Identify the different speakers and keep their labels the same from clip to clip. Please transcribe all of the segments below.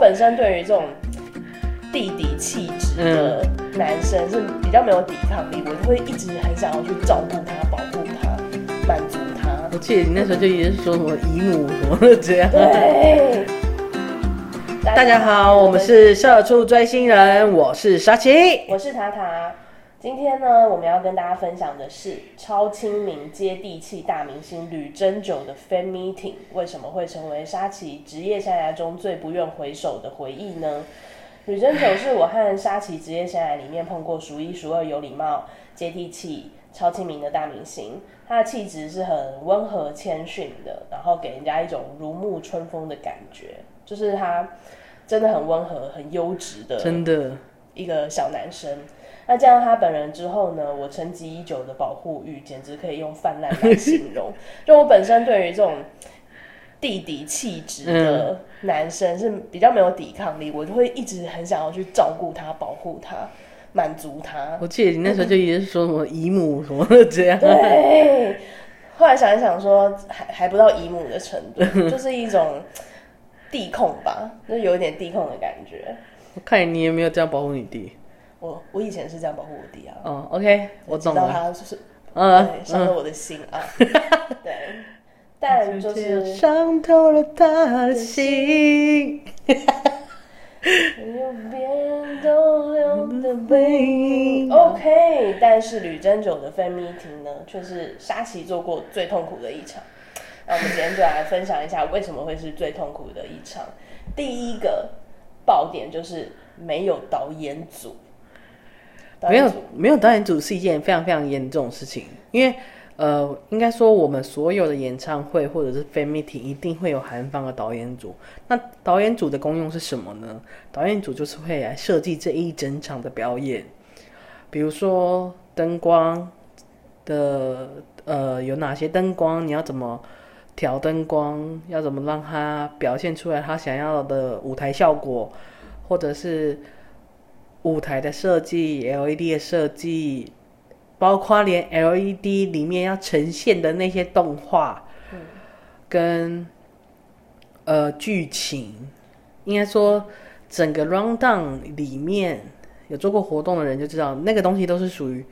Speaker 1: 本身对于这种弟弟气质
Speaker 2: 嗯
Speaker 1: 的男生是比较没有抵抗力，我就会一直很想要去照顾他、保护他、满足他。
Speaker 2: 我记得你那时候就一直说什么姨母什么的这样。
Speaker 1: 对。
Speaker 2: 大家好，我们是社畜追星人，我是沙琪。
Speaker 1: 我是塔塔。今天呢，我们要跟大家分享的是超亲民、接地气大明星吕珍九的 fan meeting 为什么会成为沙琪职业生涯中最不愿回首的回忆呢？吕珍九是我和沙琪职业生涯里面碰过数一数二有礼貌、接地气、超亲民的大明星。他的气质是很温和谦逊的，然后给人家一种如沐春风的感觉，就是他真的很温和、很优质的
Speaker 2: 真的，
Speaker 1: 一个小男生。那见到他本人之后呢，我沉寂已久的保护欲简直可以用泛滥来形 容。就我本身对于这种弟弟气质的男生是比较没有抵抗力，我就会一直很想要去照顾他、保护他、满足 他。
Speaker 2: 我记得你那时候就一直说什 么姨母什么的这样。
Speaker 1: 对，后来想一想说，还还不到姨母的程 度，就是一种地控吧，就是有一点地控的感觉。
Speaker 2: 我看你也没有这样保护你弟。
Speaker 1: 我我以前是这样保护我弟啊，
Speaker 2: 哦，OK，我懂
Speaker 1: 直到
Speaker 2: 了。
Speaker 1: 他就是
Speaker 2: 嗯
Speaker 1: 对，伤了
Speaker 2: 嗯，
Speaker 1: 我的心啊。对，但就是
Speaker 2: 伤透了他的心，
Speaker 1: 有别人都流的
Speaker 2: 背影
Speaker 1: OK，但是吕珍九的 fan meeting 呢，却是沙琪做过最痛苦的一场。那我们今天就来分享一下为什么会是最痛苦的一场。第一个爆点就是没有导演组，导
Speaker 2: 没
Speaker 1: 演
Speaker 2: 有
Speaker 1: 组
Speaker 2: 没有导演组是一件非常非常严重的事情，因为呃，应该说我们所有的演唱会或者是 fan meeting 一定会有韩方的导演组。那导演组的功用是什么呢？导演组就是会来设计这一整场的表演，比如说灯光的呃有哪些灯光，你要怎么调灯光，要怎么让它表现出来他想要的舞台效果，或者是舞台的设计、LED 的设计，包括连 LED 里面要呈现的那些动画，跟呃剧情，应该说整个 round down 里面有做过活动的人就知道，那个东西都是属于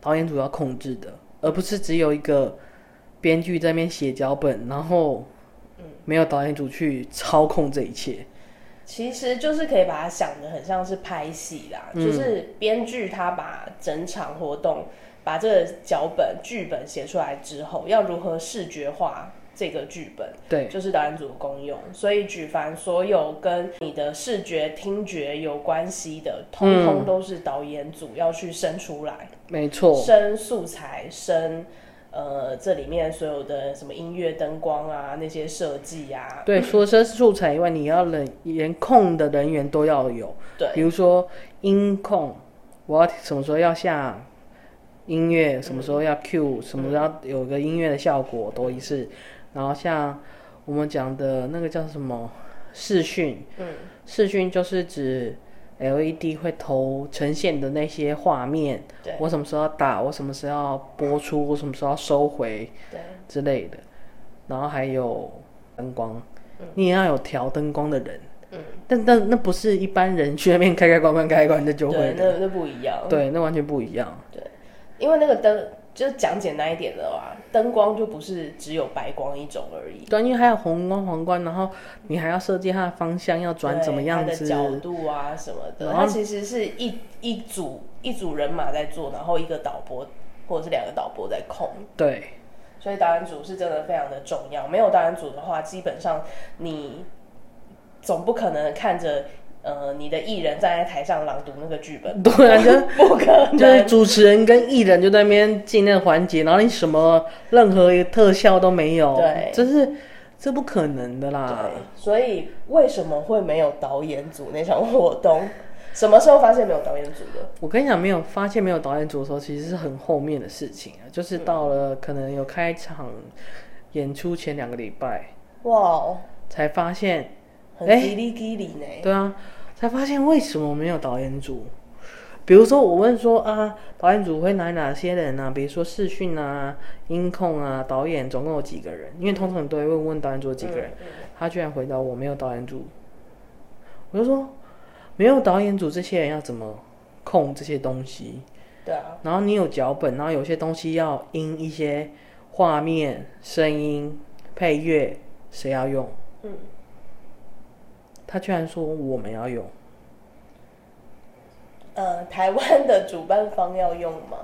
Speaker 2: 导演组要控制的，而不是只有一个编剧在那边写脚本，然后没有导演组去操控这一切。
Speaker 1: 其实就是可以把它想的很像是拍戏啦，
Speaker 2: 嗯
Speaker 1: 就是编剧他把整场活动、把这个脚本、剧本写出来之后，要如何视觉化这个剧本，
Speaker 2: 对，
Speaker 1: 就是导演组的功用。所以举凡所有跟你的视觉、听觉有关系的，
Speaker 2: 嗯
Speaker 1: 通通都是导演组要去生出来。
Speaker 2: 没错。
Speaker 1: 生素材、生呃这里面所有的什么音乐、灯光啊那些设计啊，
Speaker 2: 对，除了生素材以外，你要人连控的人员都要有，
Speaker 1: 对，
Speaker 2: 比如说音控，我要什么时候要下音乐，什么时候
Speaker 1: 嗯
Speaker 2: 要 Q，、什么时候要有个音乐的效果都一是。然后像我们讲的那个叫什么视讯，
Speaker 1: 嗯，
Speaker 2: 视讯就是指 LED 会投呈现的那些画面，
Speaker 1: 对
Speaker 2: 我什么时候要打，我什么时候要播出，我什么时候要收回，
Speaker 1: 对。
Speaker 2: 之类的，然后还有灯光，你也要有调灯光的人。
Speaker 1: 嗯
Speaker 2: 但但那不是一般人去那边开开关关开开关的就
Speaker 1: 对
Speaker 2: 会，的，
Speaker 1: 那那不一样。
Speaker 2: 对，那完全不一样。
Speaker 1: 因为那个灯，就是讲简单一点的话，灯光就不是只有白光一种而已，
Speaker 2: 对，因为还有红光、黄光，然后你还要设计它的方向要转怎么样
Speaker 1: 对它的角
Speaker 2: 子，
Speaker 1: 度啊什么的，
Speaker 2: 然后
Speaker 1: 它其实是一一组一组人马在做，然后一个导播或者是两个导播在控。
Speaker 2: 对，
Speaker 1: 所以导演组是真的非常的重要，没有导演组的话，基本上你总不可能看着呃你的艺人站在台上朗读那个剧 本，
Speaker 2: 对啊，就
Speaker 1: 不可能。
Speaker 2: 就是主持人跟艺人就在那边进那个环节，然后你什么任何一个特效都没有，
Speaker 1: 对
Speaker 2: 这是这不可能的啦
Speaker 1: 对。，所以为什么会没有导演组那场活动？ 什么时候发现没有导演组的？
Speaker 2: 我跟你讲，没有发现没有导演组的时候，其实是很后面的事情啊，就是到了可能有开场演出前两个礼拜
Speaker 1: 哇哦，
Speaker 2: 才发现，
Speaker 1: 很
Speaker 2: 哎
Speaker 1: 叽里叽里呢。
Speaker 2: 对啊，才发现为什么没有导演组。比如说，我问说啊，导演组会来哪些人啊？比如说视讯啊、音控啊、导演，总共有几个人？因为通常你都会问问导演组有几个人，他居然回答我没有导演组，我我就说，没有导演组这些人要怎么控这些东西？
Speaker 1: 对啊，
Speaker 2: 然后你有脚本，然后有些东西要因一些画面、声音、配乐，谁要用？
Speaker 1: 嗯，
Speaker 2: 他居然说我们要用，
Speaker 1: 呃，台湾的主办方要用吗？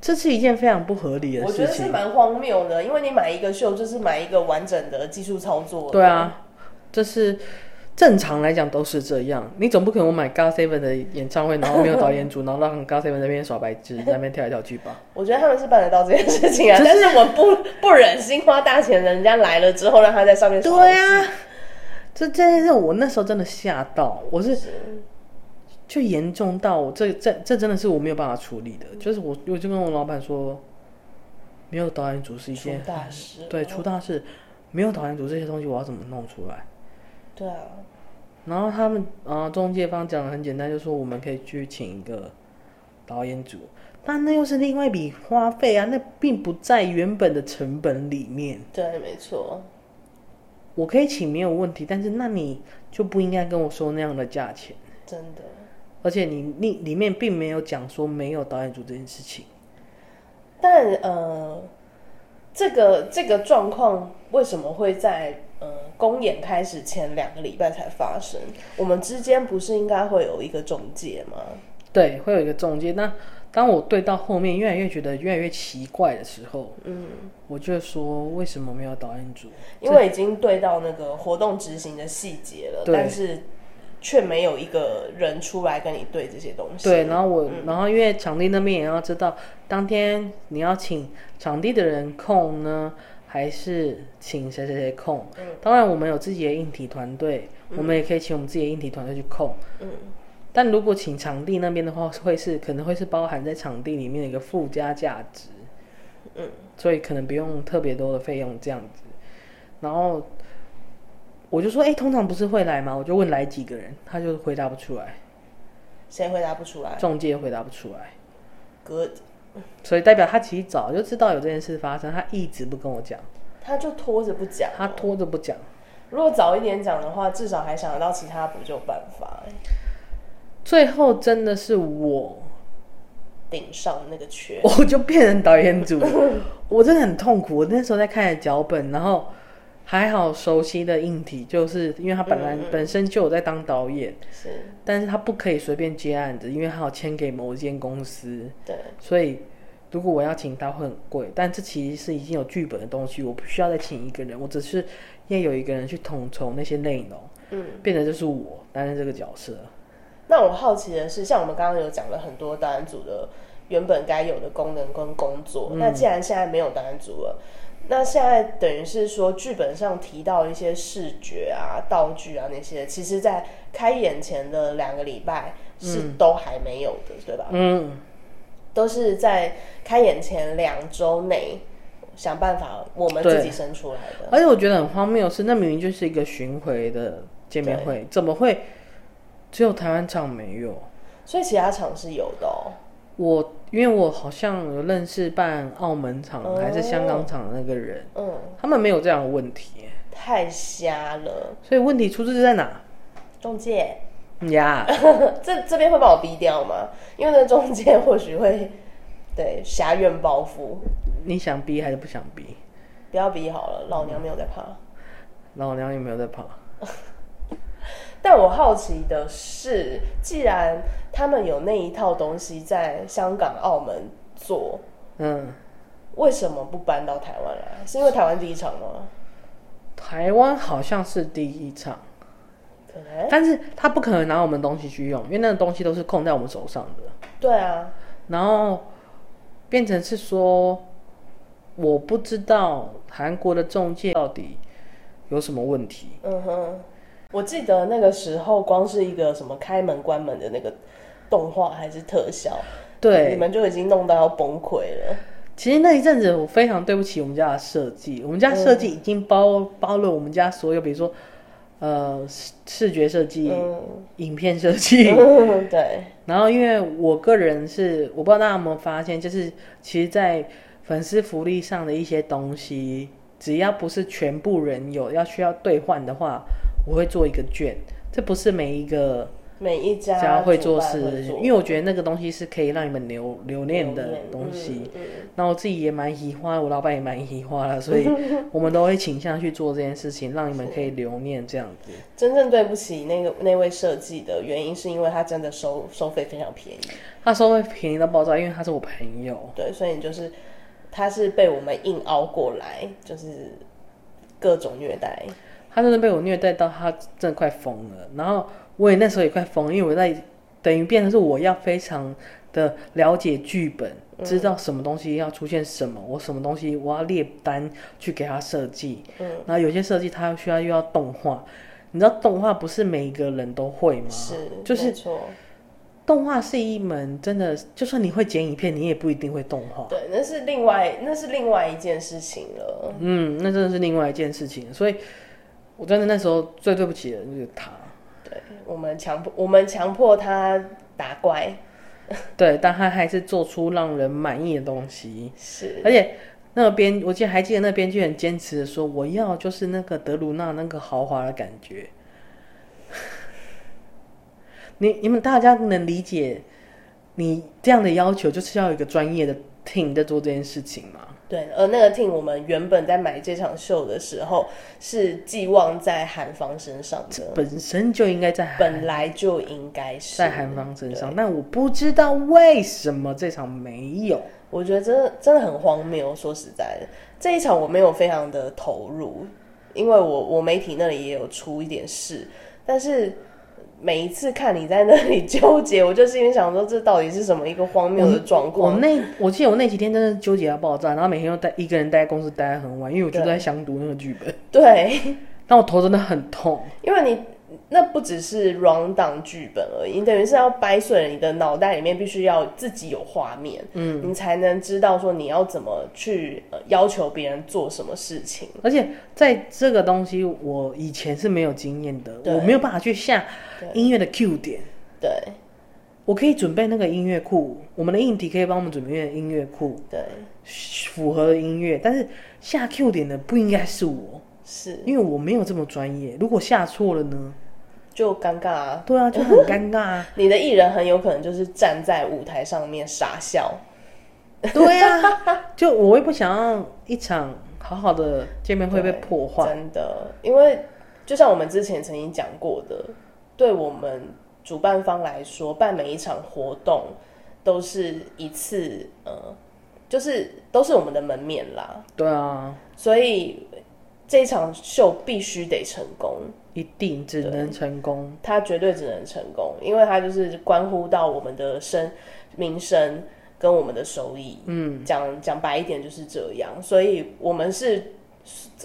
Speaker 2: 这是一件非常不合理的
Speaker 1: 我觉
Speaker 2: 事
Speaker 1: 得是
Speaker 2: 情。
Speaker 1: 蛮荒谬的，因为你买一个秀就是买一个完整的技术操作。
Speaker 2: 对，啊，这是正常来讲都是这样。你总不可能我买 g a Seven 的演唱会，然后没有导演组，然后让 g a Seven 那边耍白 痴，在那边跳来跳去吧？
Speaker 1: 我觉得他们是办得到这件事情啊，
Speaker 2: 只
Speaker 1: 但
Speaker 2: 是
Speaker 1: 是我不不忍心花大钱，人家来了之后让他在上面耍
Speaker 2: 对啊，这这件事我那时候真的吓到，我是就严重到我这这这真的是我没有办法处理的，就是我我就跟我老板说，没有导演组是
Speaker 1: 无
Speaker 2: 一
Speaker 1: 知，
Speaker 2: 件
Speaker 1: 出大事了。
Speaker 2: 对出大事，没有导演组这些东西我要怎么弄出来？
Speaker 1: 对啊，
Speaker 2: 然后他们啊、呃中介方讲的很简单，就说我们可以去请一个导演组，但那又是另外一笔花费啊，那并不在原本的成本里面。
Speaker 1: 对，没错，
Speaker 2: 我可以请没有问题，但是那你就不应该跟我说那样的价钱。
Speaker 1: 真的。
Speaker 2: 而且你你里面并没有讲说没有导演组这件事情，
Speaker 1: 但呃，这个这个状况为什么会在呃公演开始前两个礼拜才发生？我们之间不是应该会有一个中介吗？
Speaker 2: 对，会有一个中介。那当我对到后面越来越觉得越来越奇怪的时候，
Speaker 1: 嗯，
Speaker 2: 我就说为什么没有导演组？
Speaker 1: 因为已经对到那个活动执行的细节了，
Speaker 2: 对
Speaker 1: 但是却没有一个人出来跟你对这些东西。嗯
Speaker 2: 对，然后我，然后因为场地那边也要知道，当天你要请场地的人控呢，还是请谁谁谁控？
Speaker 1: 嗯
Speaker 2: 当然，我们有自己的硬体团队，我们也可以请我们自己的硬体团队去控。
Speaker 1: 嗯，
Speaker 2: 但如果请场地那边的话，会是可能会是包含在场地里面的一个附加价值。
Speaker 1: 嗯，
Speaker 2: 所以可能不用特别多的费用这样子。然后我就说，哎、通常不是会来吗？我就问来几个人，他就回答不出来，
Speaker 1: 谁回答不出来？
Speaker 2: 中介也回答不出来。
Speaker 1: 隔
Speaker 2: 所以代表他其实早就知道有这件事发生，他一直不跟我讲，
Speaker 1: 他就拖着不讲。哦
Speaker 2: 他拖着不讲。
Speaker 1: 如果早一点讲的话，至少还想得到其他补救办法，
Speaker 2: 最后真的是我，
Speaker 1: 顶上那个缺。
Speaker 2: 我就变成导演组， 我真的很痛苦。我那时候在看脚本，然后还好熟悉的硬体，就是因为他本来、
Speaker 1: 嗯嗯
Speaker 2: 本身就有在当导演，
Speaker 1: 是，
Speaker 2: 但是他不可以随便接案子，因为他要签给某一间公司，
Speaker 1: 对，
Speaker 2: 所以。如果我要请他会很贵，但这其实是已经有剧本的东西，我不需要再请一个人，我只是要有一个人去统筹那些内容。
Speaker 1: 嗯。
Speaker 2: 变得就是我担任这个角色。
Speaker 1: 那我好奇的是，像我们刚刚有讲了很多导演组的原本该有的功能跟工作，那既然现在没有导演组了，那现在等于是说剧本上提到一些视觉啊、道具啊那些，其实在开演前的两个礼拜是都还没有的，对吧？
Speaker 2: 嗯，
Speaker 1: 都是在开演前两周内想办法我们自己生出来的。
Speaker 2: 而且我觉得很荒谬的是，那明明就是一个巡回的见面会，怎么会只有台湾场没有？
Speaker 1: 所以其他场是有的哦，
Speaker 2: 我因为我好像有认识办澳门场
Speaker 1: 哦
Speaker 2: 还是香港场的那个人，
Speaker 1: 嗯，
Speaker 2: 他们没有这样的问题，
Speaker 1: 太瞎了，
Speaker 2: 所以问题出自在哪？
Speaker 1: 中介。
Speaker 2: 呀、
Speaker 1: 这这边会把我逼掉吗？因为那中介或许会对狭怨报复，
Speaker 2: 你想逼还是不想逼？
Speaker 1: 不要逼好了，老娘没有在怕。
Speaker 2: 老娘有没有在跑？
Speaker 1: 但我好奇的是，既然他们有那一套东西在香港、澳门做，
Speaker 2: 嗯，
Speaker 1: 为什么不搬到台湾来？是因为台湾第一场吗？
Speaker 2: 台湾好像是第一场，
Speaker 1: 可能
Speaker 2: 但是他不可能拿我们东西去用，因为那个东西都是控在我们手上的。
Speaker 1: 对啊，
Speaker 2: 然后变成是说，我不知道韩国的中介到底有什么问题。
Speaker 1: 嗯哼，我记得那个时候光是一个什么开门关门的那个动画还是特效，你
Speaker 2: 对，
Speaker 1: 们就已经弄到要崩溃了。
Speaker 2: 其实那一阵子我非常对不起我们家的设计，我们家设计已经包、包了我们家所有，比如说呃视视觉设计、
Speaker 1: 嗯，
Speaker 2: 影片设计。
Speaker 1: 对，
Speaker 2: 然后因为我个人是我不知道大家有没有发现，就是其实，在粉丝福利上的一些东西，只要不是全部人有要需要兑换的话，我会做一个券。这不是每一个
Speaker 1: 每一家
Speaker 2: 家会
Speaker 1: 主
Speaker 2: 做
Speaker 1: 办
Speaker 2: 事
Speaker 1: 会
Speaker 2: 的事情，
Speaker 1: 做
Speaker 2: 因为我觉得那个东西是可以让你们留留念
Speaker 1: 留
Speaker 2: 的
Speaker 1: 念
Speaker 2: 东西。
Speaker 1: 嗯嗯
Speaker 2: 那我自己也蛮喜欢，我老板也蛮喜欢啦，所以我们都会倾向去做这件事情，让你们可以留念这样子。
Speaker 1: 真正对不起那个那位设计的原因，是因为他真的收收费非常便宜，
Speaker 2: 他收费便宜到爆炸，因为他是我朋友，
Speaker 1: 对，所以你就是他是被我们硬熬过来，就是各种虐待，
Speaker 2: 他真的被我虐待到他真的快疯了。然后我也那时候也快疯，因为我在等于变成是我要非常的了解剧本，
Speaker 1: 嗯
Speaker 2: 知道什么东西要出现什么，我什么东西我要列单去给他设计。
Speaker 1: 嗯
Speaker 2: 然后有些设计他需要又要动画，你知道动画不是每一个人都会吗？
Speaker 1: 是
Speaker 2: 就是
Speaker 1: 没错，
Speaker 2: 动画是一门真的，就算你会剪影片，你也不一定会动画。
Speaker 1: 对，那是另外那是另外一件事情了。
Speaker 2: 嗯，那真的是另外一件事情。所以，我真的那时候最对不起的就是他。
Speaker 1: 对我们强迫我们强迫他打怪，
Speaker 2: 对，但他还是做出让人满意的东西。
Speaker 1: 是
Speaker 2: 而且那边，我记得还记得那边就很坚持的说，我要就是那个德鲁纳那个豪华的感觉。 你你们大家能理解你这样的要求，就是要有一个专业的 team 在做这件事情吗？
Speaker 1: 对，而那个 team 我们原本在买这场秀的时候是寄望在韩方身上的，
Speaker 2: 本身就应该在韩
Speaker 1: 本来就应该是
Speaker 2: 在韩方身上，但我不知道为什么这场没有。
Speaker 1: 我觉得真的真的很荒谬。说实在的，这一场我没有非常的投入，因为我我媒体那里也有出一点事，但是每一次看你在那里纠结，我就心里想说，这到底是什么一个荒谬的状
Speaker 2: 我
Speaker 1: 况？
Speaker 2: 那我记得我那几天真的纠结到爆炸，然后每天都待一个人待在公司待得很晚，因为我就
Speaker 1: 对
Speaker 2: 在详读那个剧本，
Speaker 1: 对，
Speaker 2: 但我头真的很痛。
Speaker 1: 因为你。那不只是 round down 剧本而已，你等于是要掰碎了你的脑袋里面，必须要自己有画面，嗯，你才能知道说你要怎么去、呃要求别人做什么事情。
Speaker 2: 而且在这个东西，我以前是没有经验的，
Speaker 1: 对
Speaker 2: 我没有办法去下
Speaker 1: 对
Speaker 2: 音乐的 Q 点。
Speaker 1: 对
Speaker 2: 我可以准备那个音乐库，我们的硬体可以帮我们准备音乐库
Speaker 1: 对，
Speaker 2: 符合的音乐，但是下 Q 点的不应该是我，
Speaker 1: 是
Speaker 2: 因为我没有这么专业。如果下错了呢？
Speaker 1: 就尴尬啊，
Speaker 2: 对啊，就很尴尬啊。
Speaker 1: 你的艺人很有可能就是站在舞台上面傻笑，
Speaker 2: 对啊，就我也不想让一场好好的见面会被
Speaker 1: 对
Speaker 2: 破坏。
Speaker 1: 真的，因为就像我们之前曾经讲过的，对我们主办方来说，办每一场活动都是一次，呃，就是都是我们的门面啦，
Speaker 2: 对啊，
Speaker 1: 所以这一场秀必须得成功，
Speaker 2: 一定只能成功。
Speaker 1: 他绝对只能成功，因为他就是关乎到我们的声名声跟我们的收益。嗯，讲讲白一点就是这样，所以我们是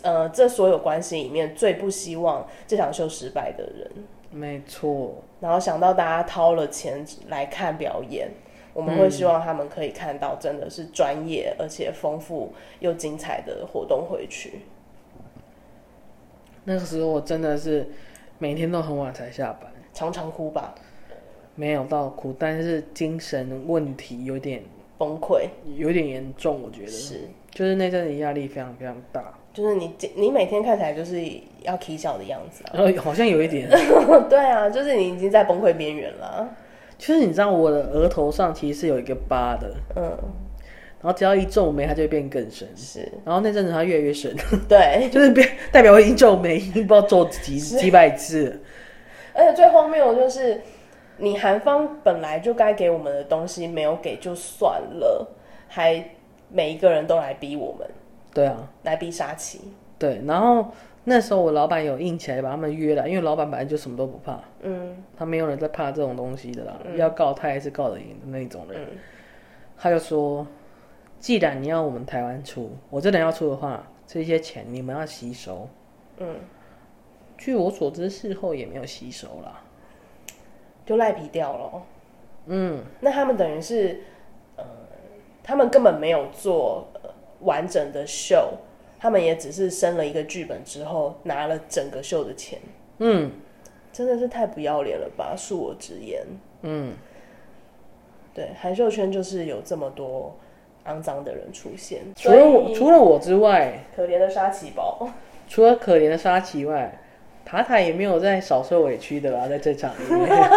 Speaker 1: 呃这所有关系里面最不希望这场秀失败的人。
Speaker 2: 没错，
Speaker 1: 然后想到大家掏了钱来看表演，我们会希望他们可以看到真的是专业而且丰富又精彩的活动回去。
Speaker 2: 那个时候我真的是每天都很晚才下班，
Speaker 1: 常常哭吧，
Speaker 2: 没有到哭，但是精神问题有点
Speaker 1: 崩溃
Speaker 2: 有点严重，我觉得
Speaker 1: 是。
Speaker 2: 就是那阵子压力非常非常大，
Speaker 1: 就是你，你每天看起来就是要啼笑的样 子啊。
Speaker 2: 然后好像有一点，
Speaker 1: 对啊，就是你已经在崩溃边缘了。
Speaker 2: 就是你知道我的额头上其实是有一个疤的，
Speaker 1: 嗯，
Speaker 2: 然后只要一皱眉，它就会变更深，
Speaker 1: 是，
Speaker 2: 然后那阵子它越来越深。
Speaker 1: 对。
Speaker 2: 哎就是变代表我已经皱眉，已经不知道皱几几百次了。
Speaker 1: 而且最荒谬的就是，你韩方本来就该给我们的东西没有给就算了，还每一个人都来逼我们，
Speaker 2: 对啊，
Speaker 1: 来逼沙琪。
Speaker 2: 对。然后那时候我老板有硬起来把他们约了，因为老板本来就什么都不怕，
Speaker 1: 嗯，
Speaker 2: 他没有人在怕这种东西的啦，要告他也是告得赢的那种人。
Speaker 1: 嗯
Speaker 2: 他就说，既然你要我们台湾出，我真的要出的话，这些钱你们要吸收。
Speaker 1: 嗯，
Speaker 2: 据我所知，事后也没有吸收啦。
Speaker 1: 就赖皮掉了。哦
Speaker 2: 嗯，
Speaker 1: 那他们等于是，呃，他们根本没有做、呃完整的秀，他们也只是生了一个剧本之后拿了整个秀的钱。
Speaker 2: 嗯，
Speaker 1: 真的是太不要脸了吧！恕我直言。
Speaker 2: 嗯，
Speaker 1: 对，韩秀圈就是有这么多肮脏的人出现，
Speaker 2: 除了我
Speaker 1: 所以
Speaker 2: 除了我之外，
Speaker 1: 可怜的沙琪宝，
Speaker 2: 除了可怜的沙琪外，塔塔也没有在少受委屈的啦， 在这场里
Speaker 1: 啊
Speaker 2: 面。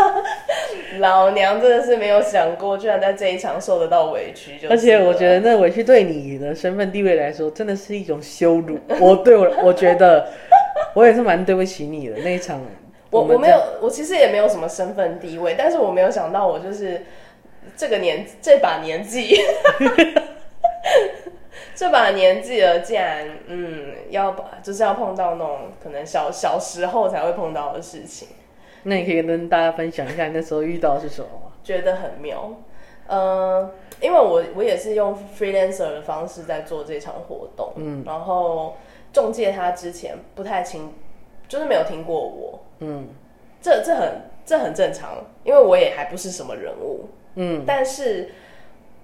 Speaker 1: 老娘真的是没有想过，居然在这一场受得到委屈就是了，
Speaker 2: 而且我觉得那委屈对你的身份地位来说，真的是一种羞辱。 我对我，我觉得我也是蛮对不起你的那一场。
Speaker 1: 我
Speaker 2: 们
Speaker 1: 我没有，我其实也没有什么身份地位，但是我没有想到我就是这个年这把年纪， 这把年纪了，竟然嗯，要把就是要碰到那种可能小小时候才会碰到的事情，
Speaker 2: 在，那你可以跟大家分享一下你那时候遇到的是什么吗？
Speaker 1: 觉得很妙。呃，因为我我也是用 freelancer 的方式在做这场活动，嗯，然后中介他之前不太清，就是没有听过我，
Speaker 2: 嗯
Speaker 1: 这这很这很正常，因为我也还不是什么人物，
Speaker 2: 嗯，
Speaker 1: 但是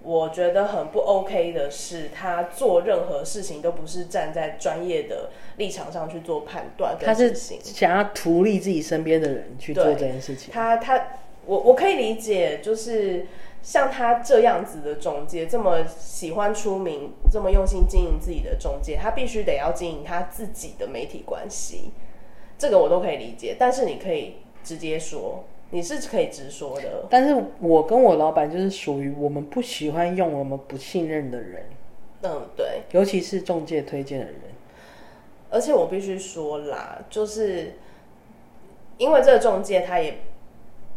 Speaker 1: 我觉得很不 OK 的是，他做任何事情都不是站在专业的立场上去做判断
Speaker 2: 他
Speaker 1: 跟
Speaker 2: 是
Speaker 1: 执行。
Speaker 2: 想要图利自己身边的人去做
Speaker 1: 对
Speaker 2: 这件事情。
Speaker 1: 他他我我可以理解，就是像他这样子的中介，这么喜欢出名，这么用心经营自己的中介，他必须得要经营他自己的媒体关系，这个我都可以理解。但是你可以直接说，你是可以直说的。
Speaker 2: 但是我跟我老板就是属于我们不喜欢用我们不信任的人，
Speaker 1: 嗯，对，
Speaker 2: 尤其是中介推荐的人。
Speaker 1: 而且我必须说啦，就是因为这个中介他也，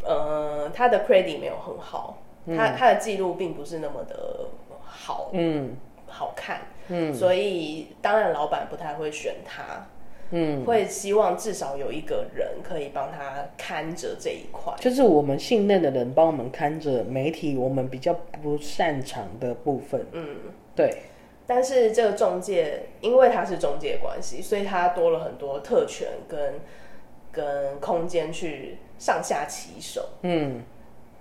Speaker 1: 呃，他的 credit 没有很好，他他的记录并不是那么的好
Speaker 2: 嗯
Speaker 1: 好看，嗯，所以当然老板不太会选他，
Speaker 2: 嗯，
Speaker 1: 会希望至少有一个人可以帮他看着这一块，
Speaker 2: 就是我们信任的人帮我们看着媒体，我们比较不擅长的部分。
Speaker 1: 嗯。
Speaker 2: 对，
Speaker 1: 但是这个中介，因为他是中介关系，所以他多了很多特权跟跟空间去上下其手。
Speaker 2: 嗯，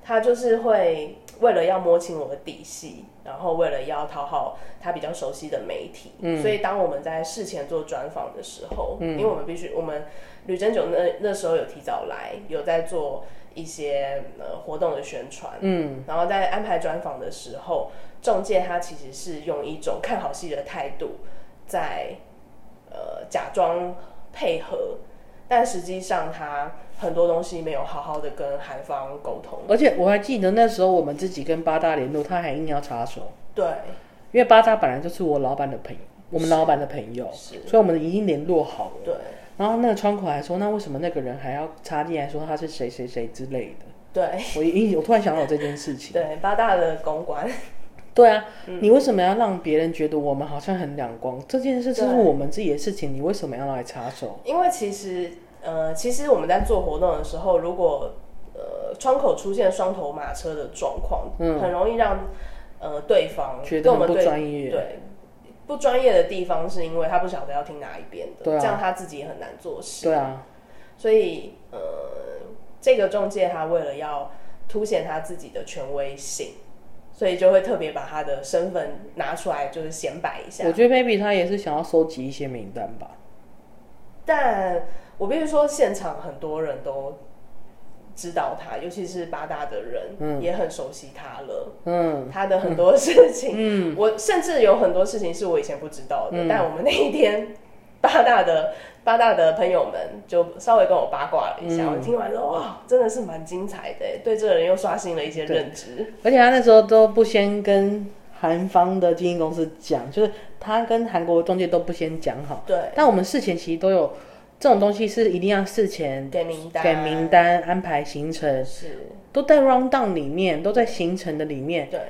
Speaker 1: 他就是会为了要摸清我的底细，然后为了要讨好他比较熟悉的媒体，所以当我们在事前做专访的时候，因为我们必须，我们吕珍九那那时候有提早来，有在做一些呃活动的宣传，嗯，然后在安排专访的时候，中介他其实是用一种看好戏的态度在呃假装配合，但实际上他很多东西没有好好的跟韩方沟通。
Speaker 2: 而且我还记得那时候我们自己跟八大联络，他还硬要插手，
Speaker 1: 对，
Speaker 2: 因为八大本来就是我老板的朋友，我们老板的朋友，
Speaker 1: 是
Speaker 2: 所以我们已经联络好了。
Speaker 1: 对，
Speaker 2: 然后那个窗口还说，那为什么那个人还要插进来说他是谁谁谁之类的？
Speaker 1: 对，
Speaker 2: 我一我突然想到这件事情。
Speaker 1: 对，八大的公关，
Speaker 2: 对啊，你为什么要让别人觉得我们好像很两光？这件事就是
Speaker 1: 对
Speaker 2: 我们自己的事情，你为什么要来插手？
Speaker 1: 因为其实呃，其实我们在做活动的时候，如果呃窗口出现双头马车的状况，很容易让呃对方
Speaker 2: 嗯觉得
Speaker 1: 跟我们
Speaker 2: 很不
Speaker 1: 对
Speaker 2: 专业。
Speaker 1: 对不专业的地方，是因为他不晓得要听哪一边的，
Speaker 2: 对啊
Speaker 1: 这样他自己也很难做事。
Speaker 2: 对啊，
Speaker 1: 所以呃，这个中介他为了要凸显他自己的权威性，所以就会特别把他的身份拿出来，就是显摆一下
Speaker 2: 我。觉得 maybe 他也是想要收集一些名单吧。
Speaker 1: 但我必须说，现场很多人都知道他，尤其是八大的人，也很熟悉他了。
Speaker 2: 嗯，
Speaker 1: 他的很多事情，我甚至有很多事情是我以前不知道的。
Speaker 2: 嗯
Speaker 1: 但我们那一天，八大的八大的朋友们就稍微跟我八卦了一下，我听完之
Speaker 2: 嗯
Speaker 1: 后，哇，真的是蛮精彩的耶，对这个人又刷新了一些认知。
Speaker 2: 而且他那时候都不先跟韩方的经纪公司讲，就是他跟韩国中介都不先讲好。
Speaker 1: 对，
Speaker 2: 但我们事前其实都有这种东西，是一定要事前
Speaker 1: 给名单，
Speaker 2: 给名单、安排行程，
Speaker 1: 是，
Speaker 2: 都在 round down 里面，都在行程的里面。
Speaker 1: 对。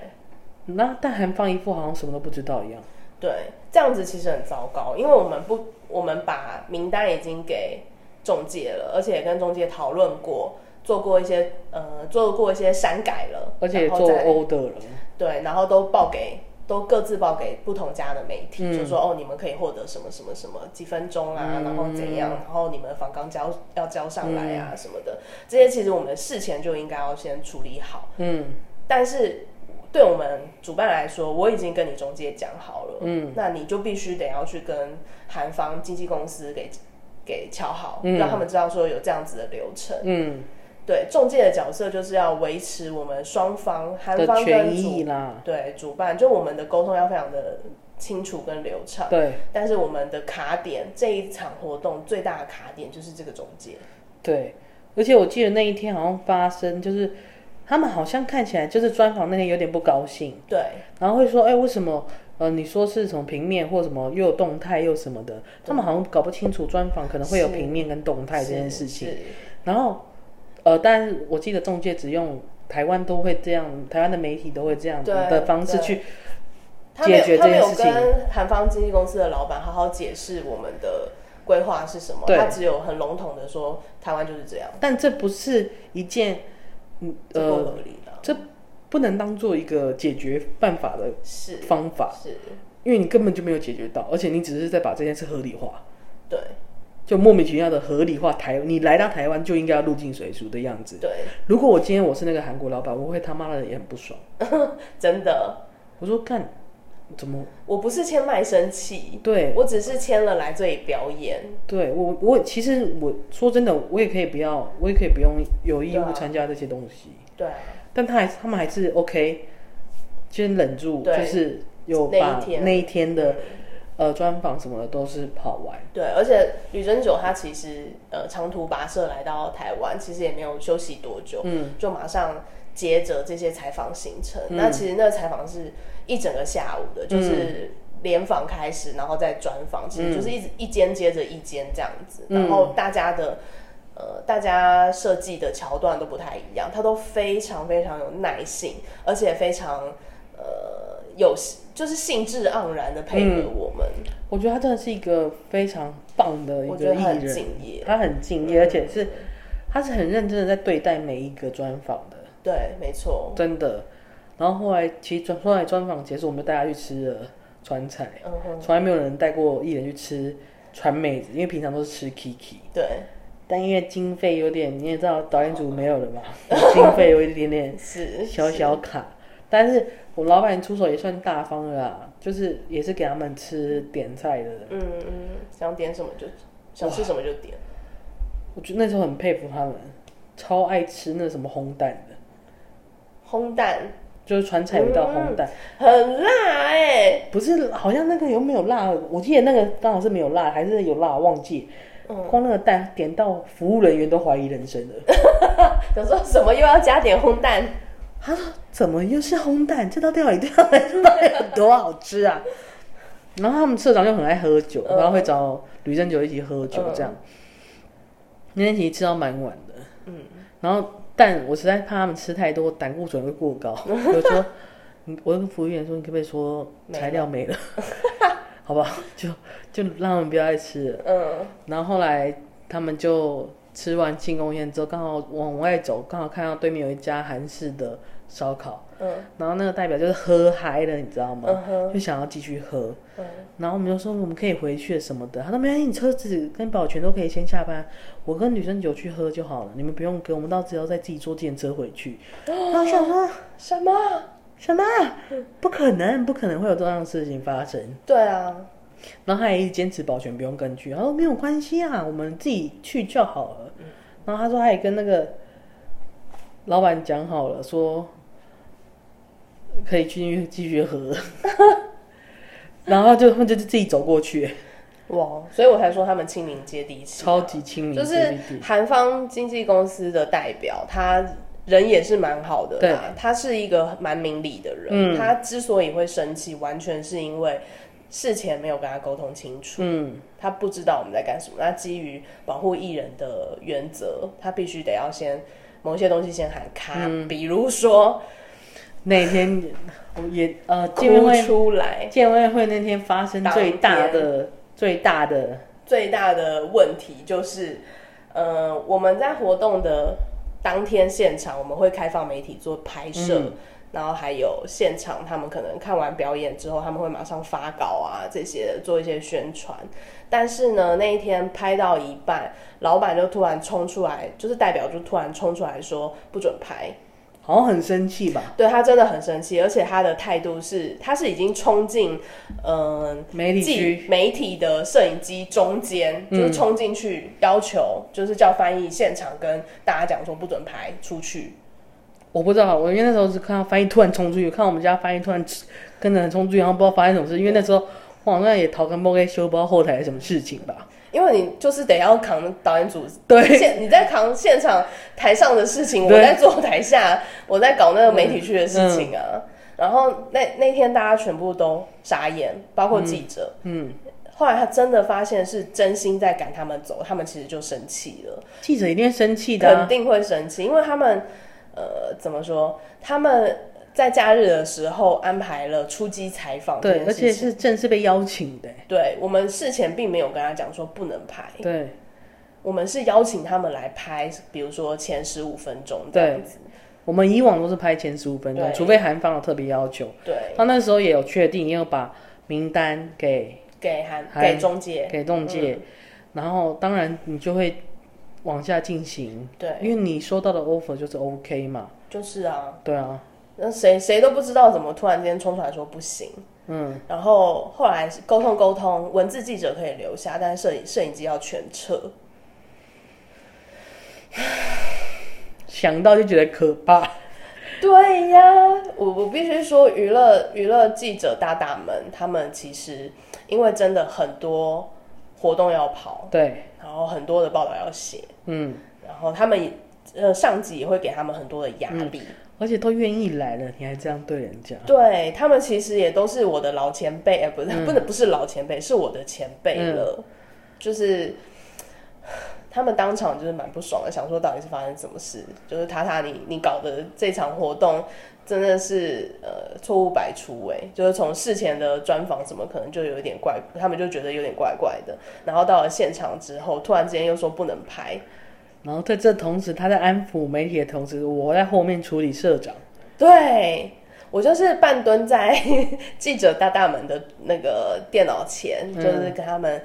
Speaker 2: 那但韩方一副好像什么都不知道一样。
Speaker 1: 对，这样子其实很糟糕，因为我们不，我们把名单已经给中介了，而且也跟中介讨论过，做过一些呃，做过一些删改了，
Speaker 2: 而且也
Speaker 1: 然后
Speaker 2: 做
Speaker 1: 再
Speaker 2: order 了，
Speaker 1: 对，然后都报给都各自报给不同家的媒
Speaker 2: 嗯
Speaker 1: 体，就说哦，你们可以获得什么什么什么几分钟啊，然后怎样，然后你们访纲交要交上来
Speaker 2: 嗯
Speaker 1: 啊、什么的，这些其实我们事前就应该要先处理好。
Speaker 2: 嗯，
Speaker 1: 但是对我们主办来说，我已经跟你中介讲好了，嗯，那你就必须得要去跟韩方经纪公司给给敲好，
Speaker 2: 嗯
Speaker 1: 让他们知道说有这样子的流程。
Speaker 2: 嗯
Speaker 1: 对，中介的角色就是要维持我们双方韩
Speaker 2: 的
Speaker 1: 方
Speaker 2: 权
Speaker 1: 跟主
Speaker 2: 益啦，
Speaker 1: 对主办，就我们的沟通要非常的清楚跟流畅。
Speaker 2: 对
Speaker 1: 但是我们的卡点这一场活动最大的卡点就是这个中介，
Speaker 2: 对，而且我记得那一天好像发生，就是他们好像看起来就是专访那天有点不高兴，
Speaker 1: 对
Speaker 2: 然后会说，哎、为什么？呃，你说是什么平面或什么又有动态又什么的，他们好像搞不清楚专访可能会有
Speaker 1: 是
Speaker 2: 平面跟动态这件
Speaker 1: 是
Speaker 2: 事情。
Speaker 1: 是
Speaker 2: 然后，呃，但是我记得中介只用台湾都会这样，台湾的媒体都会这样
Speaker 1: 对
Speaker 2: 的方式去，
Speaker 1: 他没
Speaker 2: 解决
Speaker 1: 有，他没
Speaker 2: 这件
Speaker 1: 有
Speaker 2: 事情
Speaker 1: 跟韩方经纪公司的老板好好解释我们的规划是什么，
Speaker 2: 对
Speaker 1: 他只有很笼统的说台湾就是这样，
Speaker 2: 但这不是一件，嗯
Speaker 1: 这
Speaker 2: 呃，
Speaker 1: 不合理的，
Speaker 2: 不能当做一个解决办法的
Speaker 1: 是
Speaker 2: 方法，
Speaker 1: 是，
Speaker 2: 因为你根本就没有解决到，而且你只是在把这件事合理化，
Speaker 1: 对
Speaker 2: 就莫名其妙的合理化台，你来到台湾就应该要入境随俗的样子。
Speaker 1: 对，
Speaker 2: 如果我今天我是那个韩国老板，我会他妈的也很不爽。
Speaker 1: 真的，
Speaker 2: 我说干，怎么
Speaker 1: 我不是签卖身契，
Speaker 2: 对？
Speaker 1: 我只是签了来这里表演，
Speaker 2: 对我，我其实我说真的，我也可以不要，我也可以不用有义
Speaker 1: 对
Speaker 2: 务
Speaker 1: 啊
Speaker 2: 参加这些东西，
Speaker 1: 对啊，
Speaker 2: 但他还是他们还是 OK，先忍住，
Speaker 1: 对
Speaker 2: 就是有
Speaker 1: 那一
Speaker 2: 把
Speaker 1: 天
Speaker 2: 那一天的呃专访什么的都是跑完，
Speaker 1: 对，而且吕珍九他其实呃长途跋涉来到台湾，其实也没有休息多久，嗯，就马上接着这些采访行程。
Speaker 2: 嗯
Speaker 1: 那其实那个采访是一整个下午的，
Speaker 2: 嗯
Speaker 1: 就是联访开始，然后再专访，其实就是一直一间接着一间这样子，
Speaker 2: 嗯
Speaker 1: 然后大家的。呃，大家设计的桥段都不太一样，他都非常非常有耐性，而且非常呃有就是兴致盎然的配
Speaker 2: 嗯
Speaker 1: 合我们，
Speaker 2: 我觉得他真的是一个非常棒的一
Speaker 1: 我觉得
Speaker 2: 个艺
Speaker 1: 他很
Speaker 2: 人，
Speaker 1: 敬业。
Speaker 2: 他很敬业，而且是他是很认真的在对待每一个专访的，
Speaker 1: 对，没错。
Speaker 2: 真的。然后后来其实专后来专访结束，我们就带他去吃了川菜。
Speaker 1: 嗯哼，
Speaker 2: 从来没有人带过艺人去吃川妹子，因为平常都是吃 Kiki。
Speaker 1: 对，
Speaker 2: 但因为经费有点，你也知道导演组没有了嘛， 经费有一点点
Speaker 1: 是
Speaker 2: 小小卡。但是我老板出手也算大方了啦，就是也是给他们吃点菜的。
Speaker 1: 嗯嗯，想点什么就想吃什么就点。
Speaker 2: 我觉得那时候很佩服他们，超爱吃那什么烘蛋的，
Speaker 1: 烘蛋
Speaker 2: 就是川菜有一道烘
Speaker 1: 嗯
Speaker 2: 蛋，
Speaker 1: 很辣哎、
Speaker 2: 不是好像那个有没有辣？我记得那个刚好是没有辣，还是有辣，忘记。光那个蛋点到服务人员都怀疑人生了。
Speaker 1: 想说什么又要加点烘蛋？
Speaker 2: 他说：“啊怎么又是烘蛋？这道料理对他来说到底有多好吃啊！” 然后他们社长又很爱喝酒，
Speaker 1: 嗯
Speaker 2: 然后会找吕正九一起喝酒，这样。那天其实吃到蛮晚的，嗯，然后但我实在怕他们吃太多，胆固醇会过高， 我就说，你我跟服务员说，你可不可以说
Speaker 1: 没了
Speaker 2: 材料没了， 好吧，就就让他们不要再吃了。
Speaker 1: 嗯，
Speaker 2: 然后后来他们就吃完庆功宴之后，刚好往外走，刚好看到对面有一家韩式的烧烤，
Speaker 1: 嗯，
Speaker 2: 然后那个代表就是喝嗨了，你知道吗？
Speaker 1: 嗯
Speaker 2: 就想要继续喝，
Speaker 1: 嗯
Speaker 2: 然后我们就说我们可以回去什么的，他说没关系，你车子跟保全都可以先下班，我跟女生酒去喝就好了，你们不用跟，我们到时候再自己坐电车回去。然后我想说
Speaker 1: 啊什么？
Speaker 2: 什么？不可能，不可能会有这样的事情发生。
Speaker 1: 对啊，
Speaker 2: 然后他也一直坚持保全不用跟去，他说没有关系啊，我们自己去就好了。然后他说他也跟那个老板讲好了，说可以去继续喝，然后就他们就自己走过去，
Speaker 1: 哇，所以我才说他们清明接地气啊、
Speaker 2: 超级亲民，
Speaker 1: 就是韩方经纪公司的代表，他人也是蛮好的
Speaker 2: 对
Speaker 1: 啦，他是一个蛮明理的人。
Speaker 2: 嗯
Speaker 1: 他之所以会生气，完全是因为事前没有跟他沟通清楚，
Speaker 2: 嗯，
Speaker 1: 他不知道我们在干什么。那基于保护艺人的原则，他必须得要先某些东西先喊卡，
Speaker 2: 嗯
Speaker 1: 比如说
Speaker 2: 那天我也呃见面
Speaker 1: 哭
Speaker 2: 会
Speaker 1: 出来。
Speaker 2: 见面会那天发生最大
Speaker 1: 当
Speaker 2: 的最大的
Speaker 1: 最大的问题就是，呃，我们在活动的当天现场，我们会开放媒体做拍摄，然后还有现场他们可能看完表演之后，他们会马上发稿啊，这些做一些宣传。但是呢，那一天拍到一半，老板就突然冲出来，就是代表就突然冲出来说不准拍，
Speaker 2: 好像很生气吧，
Speaker 1: 对他真的很生气，而且他的态度是，他是已经冲进，嗯、
Speaker 2: 媒体区嗯
Speaker 1: 记媒体的摄影机中间，就是冲进去，要求就是叫翻译现场跟大家讲说不准拍出去。
Speaker 2: 我不知道，我因为那时候是看到翻译突然冲出去，看我们家翻译突然跟着冲出去，然后不知道发生什么事，因为那时候我好像也逃跟莫给修，不知道后台什么事情吧。
Speaker 1: 因为你就是得要扛导演组，
Speaker 2: 对
Speaker 1: 现你在扛现场台上的事情，我
Speaker 2: 对
Speaker 1: 在做台下，我在搞那个媒体区的事情啊。
Speaker 2: 嗯
Speaker 1: 然后那那天大家全部都傻眼，包括记者。
Speaker 2: 嗯，
Speaker 1: 后来他真的发现是真心在赶他们走，他们其实就生气了，
Speaker 2: 记者一定会生气的、
Speaker 1: 肯
Speaker 2: 啊，
Speaker 1: 定会生气，因为他们呃怎么说，他们在假日的时候安排了出击采访这
Speaker 2: 啊对，
Speaker 1: 件事情，
Speaker 2: 而且是正式被邀请的、
Speaker 1: 对我们事前并没有跟他讲说不能拍。
Speaker 2: 对，
Speaker 1: 我们是邀请他们来拍，比如说前十五分钟这样子。
Speaker 2: 我们以往都是拍前十五分钟，
Speaker 1: 对
Speaker 2: 除非韩方有特别要求。
Speaker 1: 对，
Speaker 2: 他那时候也有确定，也有把名单给
Speaker 1: 给韩
Speaker 2: 韩
Speaker 1: 给中介，
Speaker 2: 给中介，然后当然你就会往下进行，
Speaker 1: 对，
Speaker 2: 因为你收到的 offer 就是 OK 嘛，
Speaker 1: 就是啊，
Speaker 2: 对啊，
Speaker 1: 那谁谁都不知道怎么突然之间冲出来说不行。嗯，然后后来是沟通沟通，文字记者可以留下，但是摄影摄影机要全撤。
Speaker 2: 想到就觉得可怕，
Speaker 1: 对呀，我我必须说，娱乐娱乐记者大大们，他们其实因为真的很多活动要跑，
Speaker 2: 对，
Speaker 1: 然后很多的报道要写，
Speaker 2: 嗯，
Speaker 1: 然后他们也呃上级也会给他们很多的压力。
Speaker 2: 而且都愿意来了，你还这样对人家，
Speaker 1: 对他们其实也都是我的老前辈，哎、不是、不能不是老前辈，是我的前辈了。就是他们当场就是蛮不爽的，想说到底是发生什么事？就是塔塔你你搞的这场活动真的是呃错误百出哎、就是从事前的专访什么可能就有一点怪，他们就觉得有点怪怪的。然后到了现场之后，突然之间又说不能拍，
Speaker 2: 然后在这同时，他在安抚媒体的同时，我在后面处理社长，
Speaker 1: 对我就是半蹲在 记者大大们的那个电脑前，就
Speaker 2: 嗯
Speaker 1: 是跟他们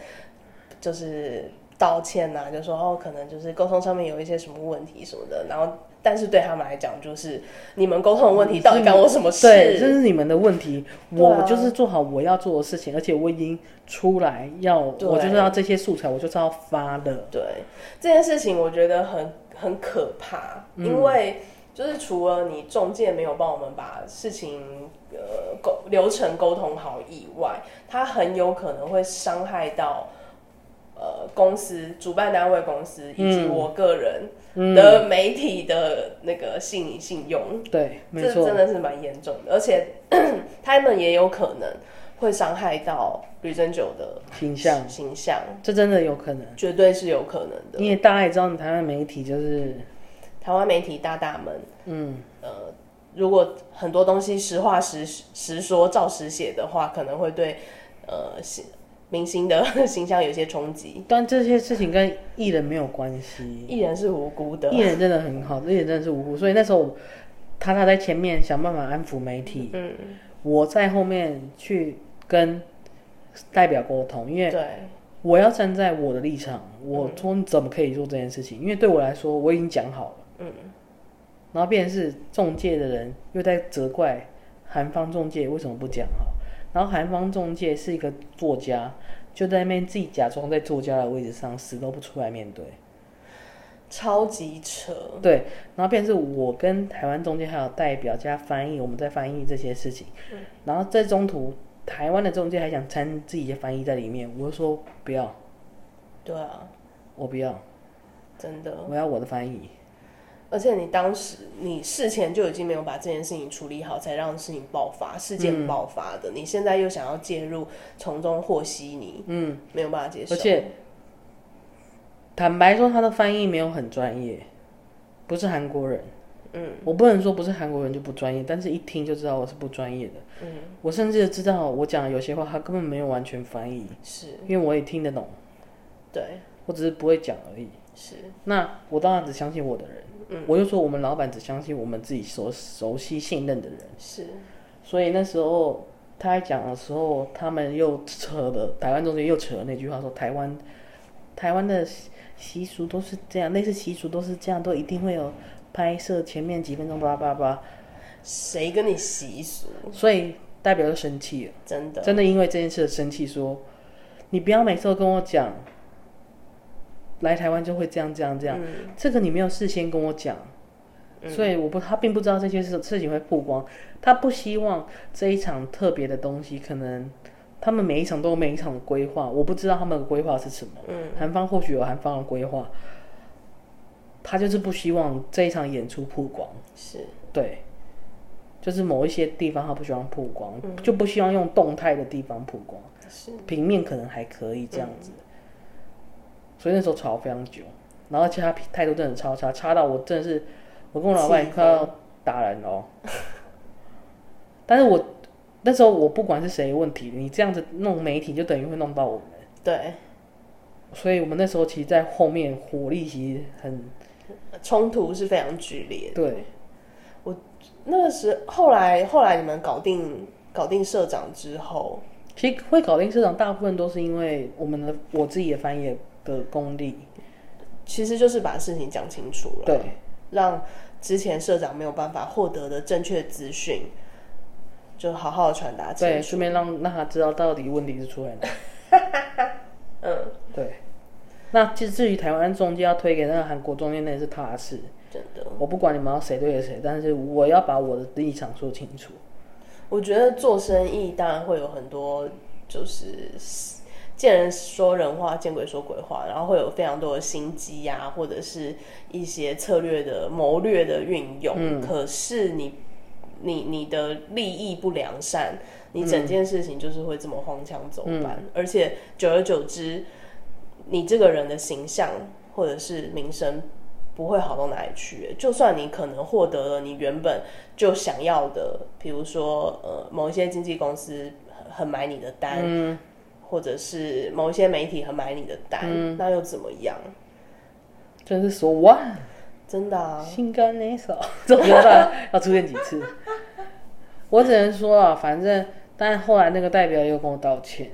Speaker 1: 就是道歉呐、就说哦，可能就是沟通上面有一些什么问题什么的，然后。但是对他们来讲，就是你们沟通的问题到底干我什么
Speaker 2: 对，这
Speaker 1: 事？
Speaker 2: 是你们的问题，
Speaker 1: 对啊
Speaker 2: 我就是做好我要做的事情，而且我已经出来要，
Speaker 1: 对
Speaker 2: 我就是要这些素材，我就是要发的。
Speaker 1: 对这件事情，我觉得很很可怕，
Speaker 2: 嗯
Speaker 1: 因为就是除了你中介没有帮我们把事情呃沟流程沟通好以外，它很有可能会伤害到呃公司、主办单位公司以及
Speaker 2: 嗯
Speaker 1: 我个人
Speaker 2: 嗯，
Speaker 1: 的媒体的那个信信用，
Speaker 2: 对，没
Speaker 1: 这
Speaker 2: 错
Speaker 1: 真，的是蛮严重的，而且 他们也有可能会伤害到吕珍九的
Speaker 2: 形象，
Speaker 1: 形象，
Speaker 2: 这真的有可能。
Speaker 1: 绝对是有可能的。
Speaker 2: 你也大概也知道，台湾媒体就是，
Speaker 1: 台湾媒体大大们，
Speaker 2: 嗯，
Speaker 1: 呃，如果很多东西实话实实说、照实写的话，可能会对呃形明星的 形象有些冲击。
Speaker 2: 但这些事情跟艺人没有关系，
Speaker 1: 艺人是无辜的，
Speaker 2: 艺人真的很好，艺人真的是无辜。所以那时候我，他他在前面想办法安抚媒体，
Speaker 1: 嗯，
Speaker 2: 我在后面去跟代表沟通，因为
Speaker 1: 对
Speaker 2: 我要站在我的立场，
Speaker 1: 嗯
Speaker 2: 我说你怎么可以做这件事情？因为对我来说，我已经讲好了。
Speaker 1: 嗯。
Speaker 2: 然后，变成是中介的人又在责怪韩方中介为什么不讲好。然后，韩方中介是一个作家，就在那边自己假装在作家的位置上，死都不出来面对。
Speaker 1: 超级扯，
Speaker 2: 对，然后变成是我跟台湾中间还有代表加翻译，我们在翻译这些事情。然后在中途，台湾的中介还想掺自己的翻译在里面，我就说不要，
Speaker 1: 对啊，
Speaker 2: 我不要，
Speaker 1: 真的。
Speaker 2: 我要我的翻译。
Speaker 1: 而且你当时你事前就已经没有把这件事情处理好，才让事情爆发、事
Speaker 2: 嗯
Speaker 1: 件爆发的。你现在又想要介入，从中和稀泥，嗯，没有办法接受。
Speaker 2: 而且坦白说，他的翻译没有很专业，不是韩国人。嗯，我不能说不是韩国人就不专业，但是一听就知道我是不专业的。嗯，我甚至知道我讲的有些话他根本没有完全翻译，
Speaker 1: 是，
Speaker 2: 因为我也听得懂，
Speaker 1: 对，
Speaker 2: 我只是不会讲而已。
Speaker 1: 是。
Speaker 2: 那我当然只相信我的人，我就说我们老板只相信我们自己熟熟悉信任的人。
Speaker 1: 是
Speaker 2: 所以那时候他在讲的时候，他们又扯了台湾中间又扯了那句话说台湾台湾的习习俗都是这样，类似习俗都是这样，都一定会有拍摄前面几分钟叭叭叭，
Speaker 1: 谁跟你习俗？
Speaker 2: 所以代表就生气了，
Speaker 1: 真的，
Speaker 2: 真的因为这件事生气说，你不要每次都跟我讲。
Speaker 1: 嗯
Speaker 2: 来台湾就会这样这样这样，这个你没有事先跟我讲，所以我不他并不知道这些事事情会曝光，他不希望这一场特别的东西，可能他们每一场都有每一场的规划，我不知道他们的规划是什么。嗯，韩方或许有韩方的规划，他就是不希望这一场演出曝光。
Speaker 1: 是，
Speaker 2: 对，就是某一些地方他不希望曝光，就不希望用动态的地方曝光，
Speaker 1: 是，
Speaker 2: 平面可能还可以这样子。所以那时候吵非常久，然后其他态度真的很超差，差到我真的是，我跟我老板
Speaker 1: 气
Speaker 2: 快要打人哦。 但是我那时候我不管是谁的问题，你这样子弄媒体就等于会弄到我们，
Speaker 1: 对，
Speaker 2: 所以我们那时候其实，在后面火力其实很
Speaker 1: 冲突是非常剧烈的。
Speaker 2: 对，
Speaker 1: 那个时后来后来你们搞定搞定社长之后，
Speaker 2: 其实会搞定市场，大部分都是因为我们的我自己的翻译的功力，
Speaker 1: 其实就是把事情讲清楚了，
Speaker 2: 对，
Speaker 1: 让之前社长没有办法获得的正确资讯，就好好地传达
Speaker 2: 对，
Speaker 1: 清楚。
Speaker 2: 顺便让让他知道到底问题是出在哪。
Speaker 1: 嗯，
Speaker 2: 对，那至至于台湾中间要推给那个韩国中间，那也是他的事。
Speaker 1: 真的，
Speaker 2: 我不管你们要谁对谁，但是我要把我的立场说清楚。
Speaker 1: 我觉得做生意当然会有很多就是。见人说人话，见鬼说鬼话，然后会有非常多的心机呀、或者是一些策略的谋略的运用。可是你你你的利益不良善，你整件事情就是会这么荒腔走板，而且久而久之，你这个人的形象或者是名声不会好到哪里去。就算你可能获得了你原本就想要的，比如说呃某一些经纪公司很很买你的单，
Speaker 2: 嗯
Speaker 1: 或者是某一些媒体很买你的单，
Speaker 2: 嗯
Speaker 1: 那又怎么样？
Speaker 2: 真是说哇，
Speaker 1: 真的啊，
Speaker 2: 心肝那首，这种要到 要出现几次？我只能说啊，反正，但后来那个代表又跟我道歉，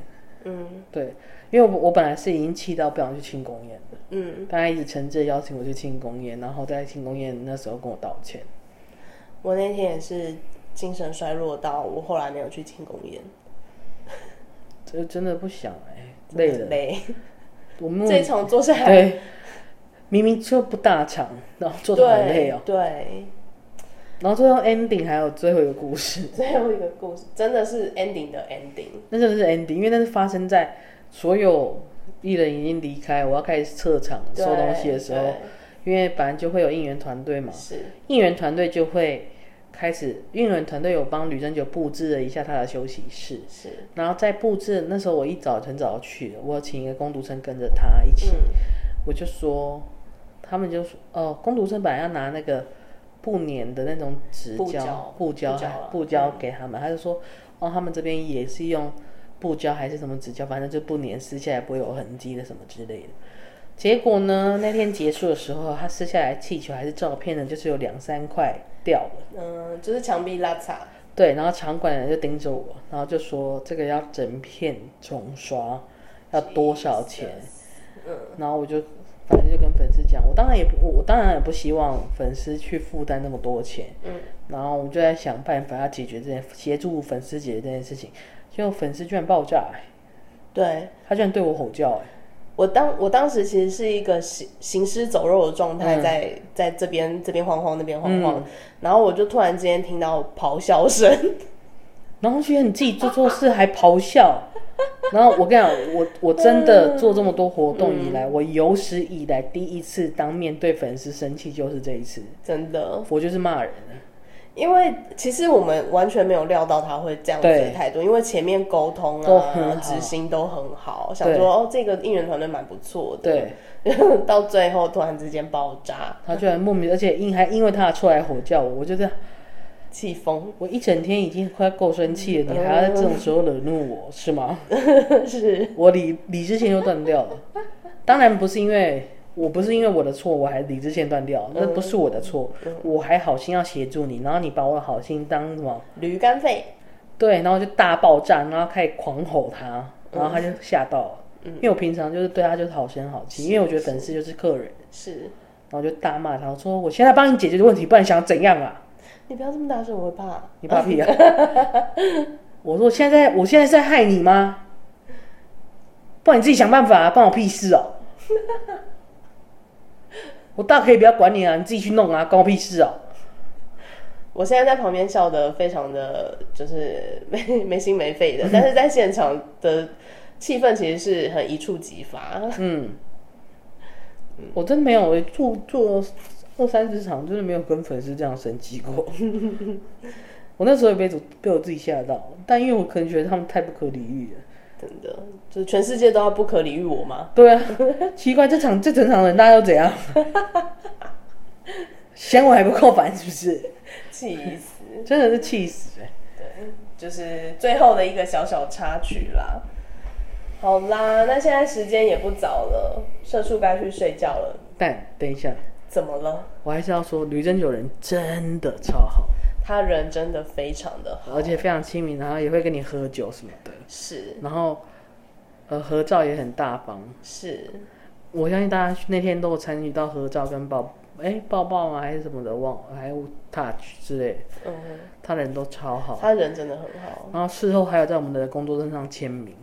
Speaker 1: 嗯
Speaker 2: 对，因为我我本来是已经气到不想去庆功宴了，
Speaker 1: 嗯，
Speaker 2: 但他一直诚挚地邀请我去庆功宴，然后在庆功宴那时候跟我道歉。
Speaker 1: 我那天也是精神衰弱到我后来没有去庆功宴，
Speaker 2: 这真的不想哎、
Speaker 1: 真的
Speaker 2: 累
Speaker 1: 很
Speaker 2: 了。
Speaker 1: 累。
Speaker 2: 我们
Speaker 1: 这一场做下来，
Speaker 2: 对，明明就不大场，然后 做的好累哦、
Speaker 1: 对，
Speaker 2: 然后最后 ending 还有最后一个故事，
Speaker 1: 最后一个故事真的是 ending 的 ending，
Speaker 2: 那真的是 ending，因为那是发生在所有艺人已经离开，我要开始撤场
Speaker 1: 对
Speaker 2: 收东西的时候，
Speaker 1: 对
Speaker 2: 因为本来就会有应援团队嘛，
Speaker 1: 是
Speaker 2: 应援团队就会开始，应援团队有帮吕珍九布置了一下他的休息室。
Speaker 1: 是，
Speaker 2: 然后在布置那时候，我一早很早去了，我请一个工读生跟着他一起，
Speaker 1: 嗯
Speaker 2: 我就说，他们就说，哦，工读生本来要拿那个布粘的那种纸
Speaker 1: 布
Speaker 2: 胶
Speaker 1: 胶、
Speaker 2: 布胶
Speaker 1: 布胶
Speaker 2: 还
Speaker 1: 啊
Speaker 2: 布胶给他们，他就说，哦，他们这边也是用布胶还是什么纸胶，反正就不粘，撕下来不会有痕迹的什么之类的。结果呢，那天结束的时候，他撕下来气球还是照片呢，就是有两三块掉了。
Speaker 1: 嗯、就是墙壁拉碴，
Speaker 2: 对，然后场馆的人就盯着我，然后就说这个要整片重刷，要多少钱？然后我就反正就跟粉丝讲，我当然也不，我当然也不希望粉丝去负担那么多钱。嗯，然后我就在想办法要解决这件，协助粉丝解决这件事情。结果粉丝居然爆炸、欸，
Speaker 1: 对。
Speaker 2: 他居然对我吼叫、欸，
Speaker 1: 我当我当时其实是一个行行尸走肉的状
Speaker 2: 嗯
Speaker 1: 态，在、在这边这边晃晃那边晃晃，然后我就突然之间听到咆哮声，
Speaker 2: 然后觉得你自己做错事还咆哮。然后我跟你讲，我我真的做这么多活动以来，我有史以来第一次当面对粉丝生气就是这一次，
Speaker 1: 真的，
Speaker 2: 我就是骂人。啊
Speaker 1: 因为其实我们完全没有料到他会这样子
Speaker 2: 对
Speaker 1: 的态度，因为前面沟通
Speaker 2: 都很
Speaker 1: 啊、
Speaker 2: 好
Speaker 1: 执行都很好，想
Speaker 2: 对
Speaker 1: 说哦这个应援团队蛮不错的，
Speaker 2: 对，
Speaker 1: 到最后突然之间爆炸，
Speaker 2: 他居然莫名，而且因还因为他的错来吼叫我，我觉得
Speaker 1: 气疯
Speaker 2: 我一整天已经快够生气了，你还要在这种时候惹怒我是 吗？
Speaker 1: 是
Speaker 2: 我理理智线就断掉了。当然不是因为我不是因为我的错，我还理智线断掉，那不是我的错，我还好心要协助你，然后你把我的好心当什么？
Speaker 1: 驴肝肺，
Speaker 2: 对，然后就大爆炸，然后开始狂吼他，然后他就吓到了。因为我平常就是对嗯他就是好声好气，因为我觉得粉丝就是客人，
Speaker 1: 是
Speaker 2: 然后就大骂他，我说我现在帮你解决问题，不然想怎样啊？
Speaker 1: 你不要这么大声，我会怕，
Speaker 2: 你怕屁啊！ 我说我现在在我现在是在害你吗？不然你自己想办法、啊，关我屁事哦、 我大可以不要管你啊，你自己去弄啊，关我屁事哦、
Speaker 1: 我现在在旁边笑得非常的，就是没没心没肺的，但是在现场的气氛其实是很一触即发。
Speaker 2: 嗯我真的没有，我做做二三十场，真的没有跟粉丝这样生气过。 我那时候也被主被我自己吓到，但因为我可能觉得他们太不可理喻了。
Speaker 1: 真的，就是全世界都要不可理喻我吗？
Speaker 2: 对啊，奇怪，这场这整场人大家都怎样？ 嫌我还不够烦是不是？
Speaker 1: 气死！
Speaker 2: 真的是气死哎、
Speaker 1: 就是最后的一个小小插曲啦。好啦，那现在时间也不早了，社畜该去睡觉了。
Speaker 2: 但等一下，
Speaker 1: 怎么了？
Speaker 2: 我还是要说，吕珍九人真的超好，
Speaker 1: 他人真的非常的好，
Speaker 2: 而且非常亲民，然后也会跟你喝酒什么的，
Speaker 1: 是
Speaker 2: 然后呃合照也很大方。
Speaker 1: 是，
Speaker 2: 我相信大家那天都有参与到合照跟抱，哎、抱抱吗？还是什么的，忘了，还有 touch 之类的，
Speaker 1: 嗯，
Speaker 2: 他人都超好。
Speaker 1: 他人真的很好。
Speaker 2: 然后事后还有在我们的工作证上签名，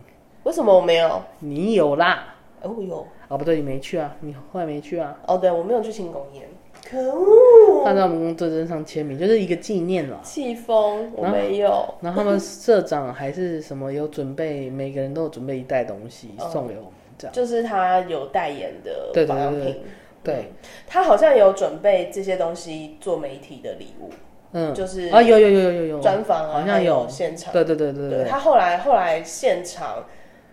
Speaker 1: 为什么我没有？
Speaker 2: 你有啦？
Speaker 1: 哦有，
Speaker 2: 啊，不对，你没去啊，你后来没去啊。
Speaker 1: 哦对，我没有去庆功宴，可恶，
Speaker 2: 他在我们工作证上签名，就是一个纪念了。
Speaker 1: 气疯，
Speaker 2: 啊
Speaker 1: 我没有。
Speaker 2: 然后他们社长还是什么有准备，每个人都有准备一袋东西
Speaker 1: 哦
Speaker 2: 送给我们，这样。
Speaker 1: 就是他有代言的
Speaker 2: 啊对对对
Speaker 1: 保养
Speaker 2: 对
Speaker 1: 品，
Speaker 2: 对，
Speaker 1: 他好像有准备这些东西做媒体的礼物，
Speaker 2: 嗯，
Speaker 1: 就是
Speaker 2: 啊，有有有有有有
Speaker 1: 专访啊，
Speaker 2: 好像
Speaker 1: 有
Speaker 2: 有
Speaker 1: 现场。
Speaker 2: 对对对对对，
Speaker 1: 他后来后来现场，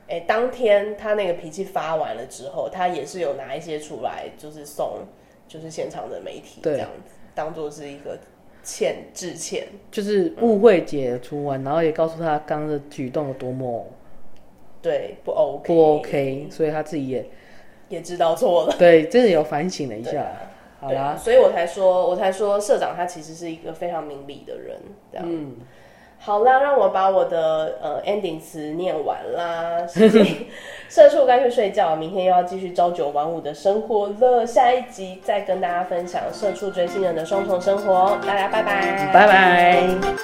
Speaker 1: 哎、当天他那个脾气发完了之后，他也是有拿一些出来，就是送，就是现场的媒体
Speaker 2: 对
Speaker 1: 这样子，当做是一个歉致歉。
Speaker 2: 就是误会解除完，然后也告诉他刚刚的举动有多么
Speaker 1: 对，不 OK，
Speaker 2: 不 OK，所以他自己也
Speaker 1: 也知道错了。
Speaker 2: 对，真的有反省了一
Speaker 1: 对
Speaker 2: 下
Speaker 1: 啊。
Speaker 2: 好啦，
Speaker 1: 对所以我才说，我才说社长他其实是一个非常明理的人，这样。
Speaker 2: 嗯，
Speaker 1: 好啦，让我把我的呃 ending 词念完啦。社畜该去睡觉，明天又要继续朝九晚五的生活了。下一集再跟大家分享社畜追星人的双重生活哦，大家拜拜，
Speaker 2: 拜拜。